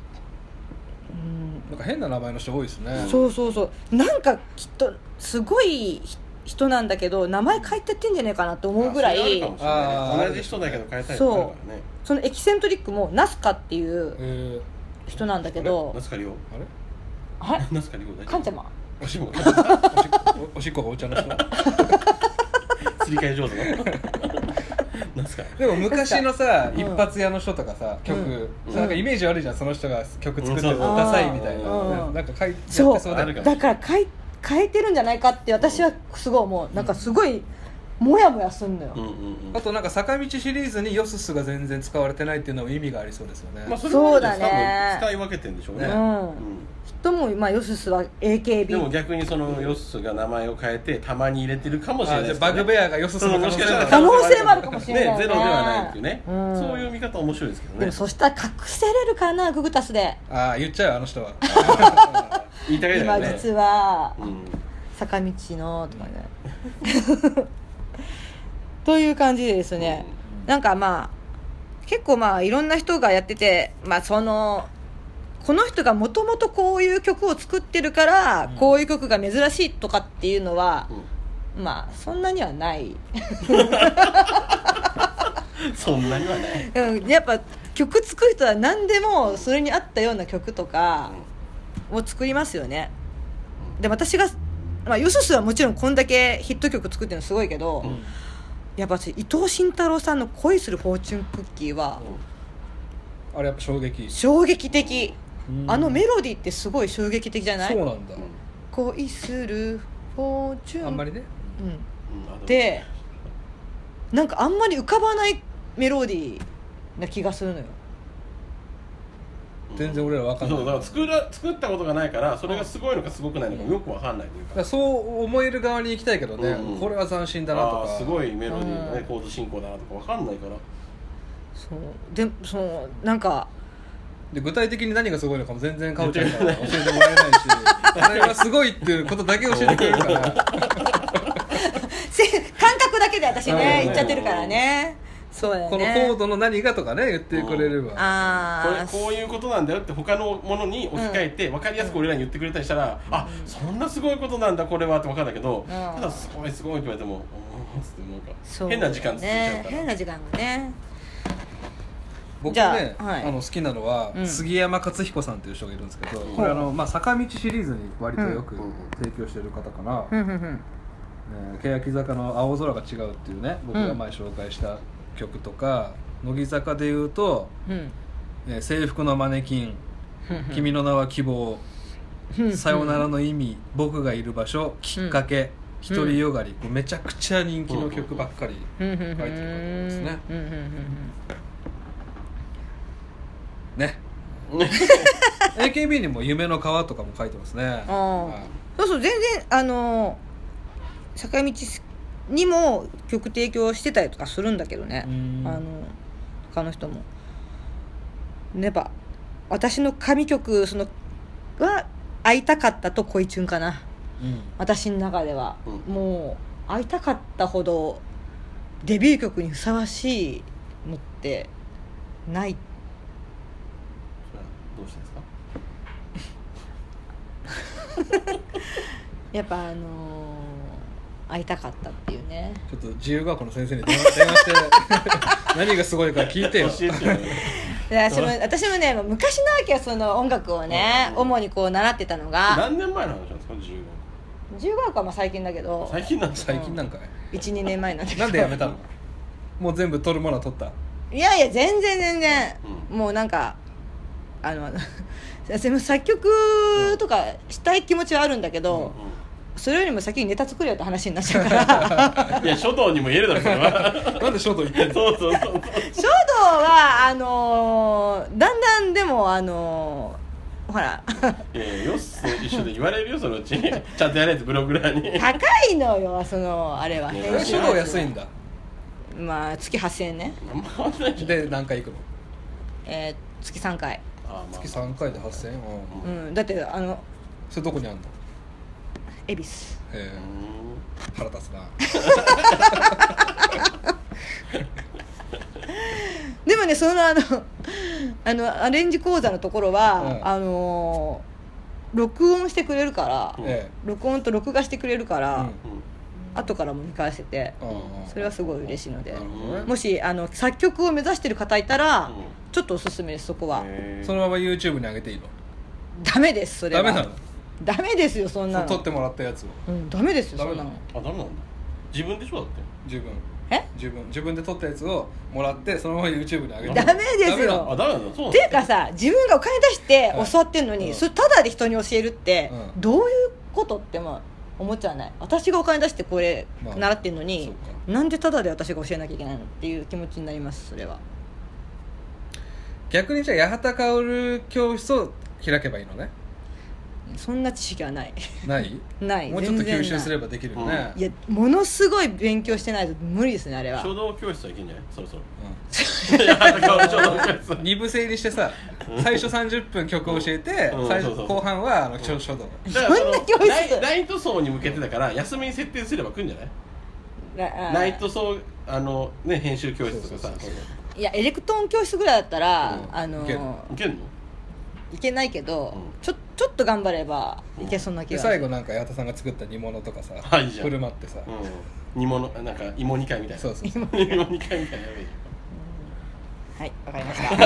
Speaker 1: うん
Speaker 2: なんか変な名前の人多いですね
Speaker 1: そうそうそうなんかきっとすごいひ人なんだけど名前変えてってんじゃねえかなと思うぐらい
Speaker 2: あー
Speaker 3: 同じ人だけど変えたいのもあるからね
Speaker 1: そのエキセントリックもナスカっていう
Speaker 2: え
Speaker 1: 人なんだけ
Speaker 3: あれ
Speaker 1: ど
Speaker 3: ナスカリオ
Speaker 2: ーあれ
Speaker 1: あれ
Speaker 3: ナスカリオ大丈夫
Speaker 1: カンちゃま
Speaker 3: おしも
Speaker 2: おしっこおおしっこがお茶
Speaker 1: *laughs*
Speaker 2: の人
Speaker 3: 釣り替え上手なナスカ
Speaker 2: でも昔のさ
Speaker 1: うん
Speaker 2: 一発屋の人とかさ曲
Speaker 3: うん
Speaker 2: なんかイメージ悪いじゃんその人が曲作ってる
Speaker 3: うん
Speaker 1: そう
Speaker 2: のダサいみたいな
Speaker 1: うん
Speaker 2: なんか書いやって
Speaker 1: そ
Speaker 2: そううだよね
Speaker 3: ある
Speaker 1: だから変え変えてるんじゃないかって私はすごい思うなんかすごいモヤモヤすんのよ
Speaker 3: うんうんうん
Speaker 2: あとなんか坂道シリーズにヨススが全然使われてないっていうのも意味がありそうですよね、
Speaker 3: まあそれ
Speaker 1: そ
Speaker 3: も
Speaker 1: うだね
Speaker 3: 多分使い分けてんでしょう
Speaker 1: う
Speaker 3: ね
Speaker 1: ん、
Speaker 3: うん
Speaker 1: きっともうまあヨススは
Speaker 3: でも
Speaker 1: AKB
Speaker 3: 逆にそのヨッスが名前を変えてたまに入れてるかもしれな
Speaker 2: あ
Speaker 3: い
Speaker 2: じ
Speaker 3: で
Speaker 2: ゃあ
Speaker 3: す
Speaker 2: バグベアがヨススの可能性がある
Speaker 1: 可能性もあるかもしれないよ
Speaker 3: ね
Speaker 1: ね
Speaker 3: ゼロではないっていうね、
Speaker 1: うん
Speaker 3: そういう見方面白いですけど
Speaker 1: で
Speaker 3: ね
Speaker 1: もそしたら隠せれるかなググタスで
Speaker 2: ああ言っちゃうよあの人は
Speaker 1: *laughs*
Speaker 3: 言いたいだ
Speaker 1: 今
Speaker 3: よね
Speaker 1: 実は
Speaker 3: うん
Speaker 1: 坂道のとかね *laughs* という感じでですね、なんかまあ結構まあいろんな人がやっててまあそのこの人がもともとこういう曲を作ってるから、
Speaker 2: うん
Speaker 1: こういう曲が珍しいとかっていうのは
Speaker 3: う、ん
Speaker 1: まあそんなにはない、
Speaker 3: そんなにはね
Speaker 1: うん、やっぱ曲作る人は何でもそれに合ったような曲とかを作りますよねで私が、まあ、ヨソスはもちろんこんだけヒット曲作ってるのすごいけど、
Speaker 3: うん
Speaker 1: やっぱ私伊藤慎太郎さんの「恋するフォーチュンクッキー」は
Speaker 2: あれやっぱ衝撃
Speaker 1: 衝撃的、
Speaker 2: うん
Speaker 1: あのメロディーってすごい衝撃的じゃない
Speaker 2: そうなんだ、
Speaker 1: 恋するフォーチュン
Speaker 2: あんまりね
Speaker 1: うん、
Speaker 3: うん
Speaker 1: でなんかあんまり浮かばないメロディーな気がするのよ
Speaker 3: うん
Speaker 2: 全然俺らわかんない
Speaker 3: そうだから作ら作ったことがないからそれがすごいのかすごくないのかよくわかんないという
Speaker 2: だか
Speaker 3: から
Speaker 2: そう思える側に行きたいけどね、
Speaker 3: うんうん
Speaker 2: これは斬新だなと
Speaker 3: あ
Speaker 2: か
Speaker 3: ーすごいメロディーの
Speaker 1: うん
Speaker 3: ねコード進行だなとかわかんないから
Speaker 1: そうでそのなんか
Speaker 2: で具体的に何がすごいのかも全然かおちゃんから教えてもらえない
Speaker 3: *laughs*
Speaker 2: しあれはすごいっていうことだけ教えてくれる
Speaker 1: *laughs*
Speaker 2: から
Speaker 1: せ感覚だけで私
Speaker 2: は
Speaker 1: ね
Speaker 2: い
Speaker 1: 言っちゃってるからねそうだよ
Speaker 2: このコ
Speaker 1: ね
Speaker 2: ードの何がとかね言ってくれれば
Speaker 3: これ
Speaker 1: あ
Speaker 3: こういうことなんだよって他のものに置き換えて分かりやすく俺らに言ってくれたりしたら、あそんなすごいことなんだこれはって分かるんだけど、
Speaker 1: ん
Speaker 3: ただすごいすごいって言われても、うん、つってなんか
Speaker 1: あ
Speaker 3: 変な時間続いちゃう
Speaker 1: ね
Speaker 3: から、
Speaker 1: 変な時間がね
Speaker 2: 僕
Speaker 1: じゃ
Speaker 2: ね
Speaker 1: あはい
Speaker 2: あの好きなのは
Speaker 1: うん
Speaker 2: 杉山勝彦さんっていう人がいるんですけど
Speaker 3: うん
Speaker 2: これあのまあ坂道シリーズに割とよく
Speaker 3: うん
Speaker 2: 提供してる方かな
Speaker 1: うんうんうん
Speaker 2: えー欅坂の「青空が違う」っていうね僕が前紹介した曲とか、乃木坂でいうと、
Speaker 1: うん
Speaker 2: えー制服のマネキン」「君の名は希望」
Speaker 1: うん
Speaker 2: さよならの意味」僕がいる場所」「きっかけ」独りよがり」めちゃくちゃ人気の曲ばっかり、
Speaker 1: うんうんうん
Speaker 2: 書いてる方ですね
Speaker 1: うんうんうんうん
Speaker 2: ね AKB にも「夢の川」とかも書いてますね
Speaker 1: *laughs* あ
Speaker 2: は
Speaker 1: ーそうそう全然あのー坂道にも曲提供してたりとかするんだけどね
Speaker 2: いうん
Speaker 1: あの他の人もやっぱ私の神曲そのは「会いたかった」と「恋チュン」かな
Speaker 2: うん
Speaker 1: 私の中では、
Speaker 3: うん
Speaker 1: もう会いたかったほどデビュー曲にふさわしいのってない
Speaker 3: それはどうしてですか
Speaker 1: やっぱあのー会いたかったっていうね
Speaker 2: ちょっと自由学校の先生に電話電話して何がすごいか聞いてよ
Speaker 3: 教えてよ
Speaker 1: 私も私もね昔なわけよその音楽をね、
Speaker 3: うん
Speaker 1: 主にこう習ってたのが
Speaker 3: 何年前の話なんですか自由
Speaker 1: 十五はまあ最近だけど
Speaker 3: 最近なんですか
Speaker 2: 最近なんかい
Speaker 1: 12年前なんだけど
Speaker 2: なんでやめたのもう全部取るものは取った
Speaker 1: いやいや全然全然、
Speaker 3: う
Speaker 1: もうなんかあの *laughs* でも作曲とかしたい気持ちはあるんだけど、それよりも先にネタ作れよって話になっちゃうから
Speaker 3: *laughs* うんいや書道にも言えるだろそれは
Speaker 2: なんでショート言ってんの
Speaker 3: そうそうそうそう
Speaker 1: 書道はあのーだんだんでもあのーほら
Speaker 3: いやいやよっす一緒で言われるよそのうちにちゃんとやれってブログラーに
Speaker 1: 高いのよそのあれは
Speaker 3: ね
Speaker 1: 編集
Speaker 2: 書道安いんだ
Speaker 1: まあ月8000円ね、
Speaker 3: あんま変わんないじゃん
Speaker 2: で何回行くの
Speaker 1: えー月3回、
Speaker 3: あまあ
Speaker 2: 月3回で8000円うん
Speaker 1: うん、だってあの
Speaker 2: それどこにあんの
Speaker 1: 恵比寿
Speaker 2: え
Speaker 3: うん
Speaker 2: ー腹立つな
Speaker 1: でもねそのあの *laughs* あのアレンジ講座のところは、
Speaker 2: うん
Speaker 1: あのー録音してくれるから、
Speaker 3: うん
Speaker 2: え
Speaker 1: 録音と録画してくれるか
Speaker 2: え
Speaker 1: ら、
Speaker 2: うん
Speaker 3: うん
Speaker 1: 後からも見返せて、
Speaker 2: うん
Speaker 1: それはすごい嬉しいので
Speaker 2: なるほどね
Speaker 1: もしあの作曲を目指してる方いたら、
Speaker 3: うん
Speaker 1: ちょっとおすすめですそこは、
Speaker 3: へー
Speaker 2: そのまま YouTube に上げていいの
Speaker 1: ダメですそれ
Speaker 2: ダ
Speaker 1: は
Speaker 2: メなの
Speaker 1: ダメですよそんなの
Speaker 2: 取ってもらったやつを
Speaker 1: うん、ダメですよ
Speaker 2: ダ
Speaker 1: そ
Speaker 2: メ
Speaker 1: ん
Speaker 2: な
Speaker 1: な
Speaker 2: の
Speaker 1: の
Speaker 3: あダメなんだ自分でしょだって
Speaker 2: 十分
Speaker 1: え
Speaker 2: 十分自分で取ったやつをもらってそのまま YouTube に上げて
Speaker 1: ダメですよ
Speaker 2: ダメなの
Speaker 3: あダメなんだそうな
Speaker 1: っ
Speaker 3: んだ
Speaker 1: ていうかさ自分がお金出して
Speaker 2: はい
Speaker 1: 教わってんのに、
Speaker 2: うん
Speaker 1: それただで人に教えるって、
Speaker 2: うん
Speaker 1: どういうことってまあ思っちゃわない私がお金出してこれ
Speaker 2: まあ
Speaker 1: 習ってんのに、
Speaker 2: そうか
Speaker 1: なんでただで私が教えなきゃいけないのっていう気持ちになりますそれは
Speaker 2: 逆にじゃあ八幡薫教室を開けばいいのね
Speaker 1: そんな知識はない *laughs*
Speaker 2: ない
Speaker 1: ない
Speaker 2: もうちょっと
Speaker 1: 全然な
Speaker 2: 吸
Speaker 1: い
Speaker 2: 収すればできるよね
Speaker 1: いやものすごい勉強してないと無理ですねあれは
Speaker 3: 書道教室はいけんじゃないそろそろ
Speaker 2: うん
Speaker 3: いや書道教室
Speaker 2: 二部制にしてさ最初30分曲を教えて
Speaker 3: うん
Speaker 2: 最
Speaker 3: そうそう
Speaker 2: 後半はあの書書道
Speaker 3: だからその
Speaker 1: そんな教室
Speaker 3: ライライト層に向けてだから休みに設定すれば来んじゃない
Speaker 1: なあー
Speaker 3: ライト層あのね編集教室とかさ
Speaker 1: いやエレクトーン教室ぐらいだったら、
Speaker 2: うん
Speaker 1: あの
Speaker 2: いける
Speaker 1: ー
Speaker 3: いけんの
Speaker 1: いけないけど、
Speaker 3: うん
Speaker 1: ちょちょっと頑張ればいけそうな気
Speaker 2: で
Speaker 1: がする
Speaker 2: 最後なんか八幡さんが作った煮物とかさ
Speaker 3: あいいじゃん
Speaker 2: 振る舞ってさ
Speaker 3: うん煮物なんか芋煮会みたいな
Speaker 2: そうそうそう
Speaker 3: 芋煮会みたいなやべえ
Speaker 1: はいわかりました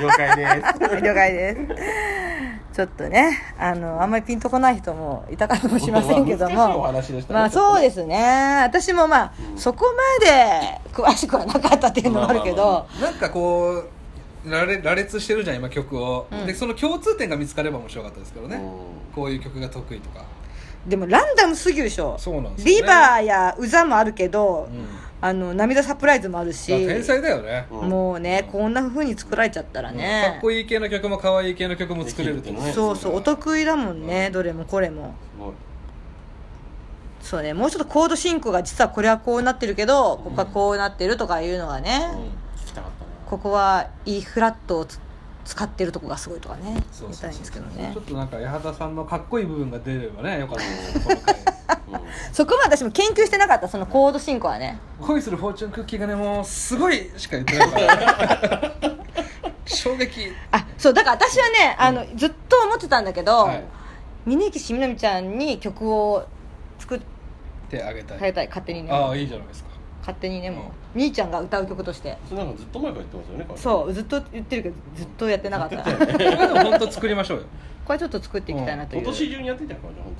Speaker 3: 了解です
Speaker 1: 了解ですちょっとねあのあんまりピンとこない人もいたかもしれませんけど
Speaker 3: まあ難しいお
Speaker 1: も
Speaker 3: 話でしたね
Speaker 1: まあそうですね私もまあ、
Speaker 3: うん
Speaker 1: そこまで詳しくはなかったっていうのもあるけど、
Speaker 3: まあまあま
Speaker 2: なんかこう羅列羅列してるじゃん今曲を
Speaker 1: うん
Speaker 2: でその共通点が見つかれば面白かったですけど
Speaker 3: う
Speaker 2: ね
Speaker 3: ん
Speaker 2: こういう曲が得意とか
Speaker 1: でもランダムすぎるでしょ
Speaker 2: そうなんですよね
Speaker 1: リバーやウザもあるけど、
Speaker 2: うん
Speaker 1: あの涙サプライズもあるし
Speaker 2: 天才だよね
Speaker 3: うん
Speaker 1: もうね、こんな風に作られちゃったらね、
Speaker 2: かっこいい系の曲も可愛い系の曲も作れるって
Speaker 3: できるってね
Speaker 1: そうそうお得意だもんね、どれもこれも
Speaker 3: すごい
Speaker 1: そうねもうちょっとコード進行が実はこれはこうなってるけどここはこうなってるとかいうのがね、
Speaker 3: 聞きたかったな
Speaker 1: ここは E フラットをつ使ってるとこがすごいとかね
Speaker 2: そ
Speaker 1: 言い
Speaker 2: うそうそう
Speaker 1: たいんですけどね
Speaker 2: ちょっとなんか八幡さんのかっこいい部分が出ればねよかったですこの回
Speaker 1: *laughs* そこまで私も研究してなかったそのコード進行はね
Speaker 2: 恋するフォーチュンクッキーがねもうすごいしか言ってないから衝撃
Speaker 1: あそうだから私はねあの、ずっと思ってたんだけど、
Speaker 2: はい
Speaker 1: 峯岸みなみちゃんに曲を作
Speaker 2: 手あげたい、
Speaker 1: られたい勝手にね
Speaker 2: ああいいじゃな
Speaker 1: *laughs*
Speaker 2: いですか
Speaker 1: 勝手にねもうみーちゃんが歌う曲として
Speaker 3: それなんかずっと前から言ってます
Speaker 1: そ
Speaker 3: よね
Speaker 1: うずっと言ってるけどずっとやってなかった
Speaker 2: これでも本当作りましょうよ、
Speaker 1: *laughs* これちょっと作っていきたいなという、
Speaker 3: 今年中にやってたからね本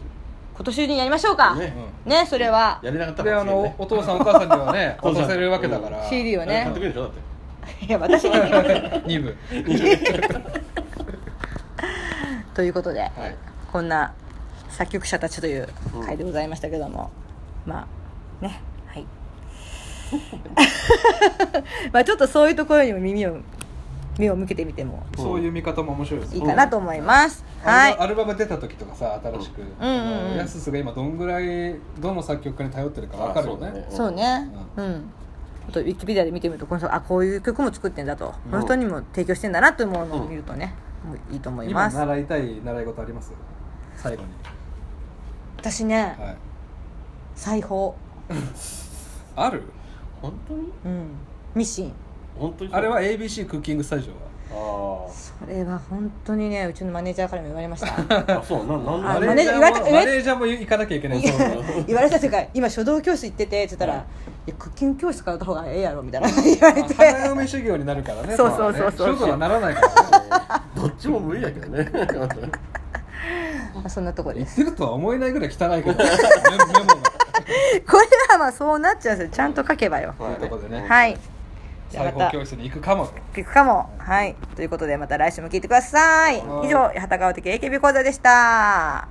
Speaker 1: 今年中にやりましょうか
Speaker 3: 当に
Speaker 1: ね
Speaker 3: ね
Speaker 1: それは
Speaker 3: やれなかっ
Speaker 2: これ
Speaker 3: た
Speaker 2: あ
Speaker 3: ら
Speaker 2: のお父さんお母さんに
Speaker 1: *laughs*
Speaker 2: はね
Speaker 3: お父さ
Speaker 2: 渡
Speaker 3: ん
Speaker 2: せるわけだから
Speaker 1: CD を
Speaker 3: 買っ
Speaker 1: ね
Speaker 3: てくれるでしょだって
Speaker 1: いや私
Speaker 2: *laughs*
Speaker 1: に
Speaker 2: 2部
Speaker 1: ということで、
Speaker 2: はい
Speaker 1: こんな作曲者たちという回でございましたけども、まあねはい *laughs* まあちょっとそういうところにも耳を目を向けてみても
Speaker 2: そういう見方も面白いです
Speaker 1: いいかなと思います、は
Speaker 2: アル
Speaker 1: い
Speaker 2: バアルバム出た時とかさ新しく
Speaker 1: うんうんうん
Speaker 2: やすすが今どんぐらいどの作曲家に頼ってるか分かるよ
Speaker 3: あそうだ
Speaker 2: ね
Speaker 3: ね
Speaker 1: そうねうんあとウィキペディアで見てみるとこの人あこういう曲も作ってんだと、この人にも提供してんだなと思うのを見るとね、もういいと思いま
Speaker 2: 今
Speaker 1: す
Speaker 2: 習いたい習い事あります最後に
Speaker 1: 私ね、
Speaker 2: はい
Speaker 1: 裁縫
Speaker 2: ある
Speaker 3: 本当に
Speaker 1: うんミシン
Speaker 3: 本当にそう
Speaker 2: あれは ABC クッキングスタジオは
Speaker 3: あ
Speaker 1: それは本当にねうちのマネージャーからも言われました
Speaker 3: ーあそうなんなん
Speaker 1: あ
Speaker 2: マ
Speaker 3: あれ
Speaker 2: ネ
Speaker 1: マ
Speaker 2: ー
Speaker 1: ネ
Speaker 2: ジャーも
Speaker 1: 言われた
Speaker 2: マネージャーも行かなきゃいけないそう
Speaker 1: 言われたというか今書道教室行っててって言ったら、
Speaker 3: はい
Speaker 1: いやクッキング教室からった方がええやろみたいな言われて
Speaker 2: 花嫁修行になるからね
Speaker 1: そうそうそうそう
Speaker 2: そうはならないからね
Speaker 1: *laughs*
Speaker 3: どっちも無理だけどね本当に
Speaker 1: まあそんなとこで
Speaker 2: 言っ
Speaker 1: す
Speaker 2: てるとは思えないぐ
Speaker 1: *laughs*
Speaker 2: らい汚いけどメメモが
Speaker 1: これはまあそうなっちゃうんですよちゃんと書けばよ
Speaker 2: というところでね
Speaker 1: はいじゃあ
Speaker 2: 裁
Speaker 1: ま
Speaker 2: 縫
Speaker 1: た
Speaker 2: 教室に行くかもと
Speaker 1: 聞くかもはいということでまた来週も聞いてください
Speaker 2: はい
Speaker 1: 以上八幡川的 AKB 講座でした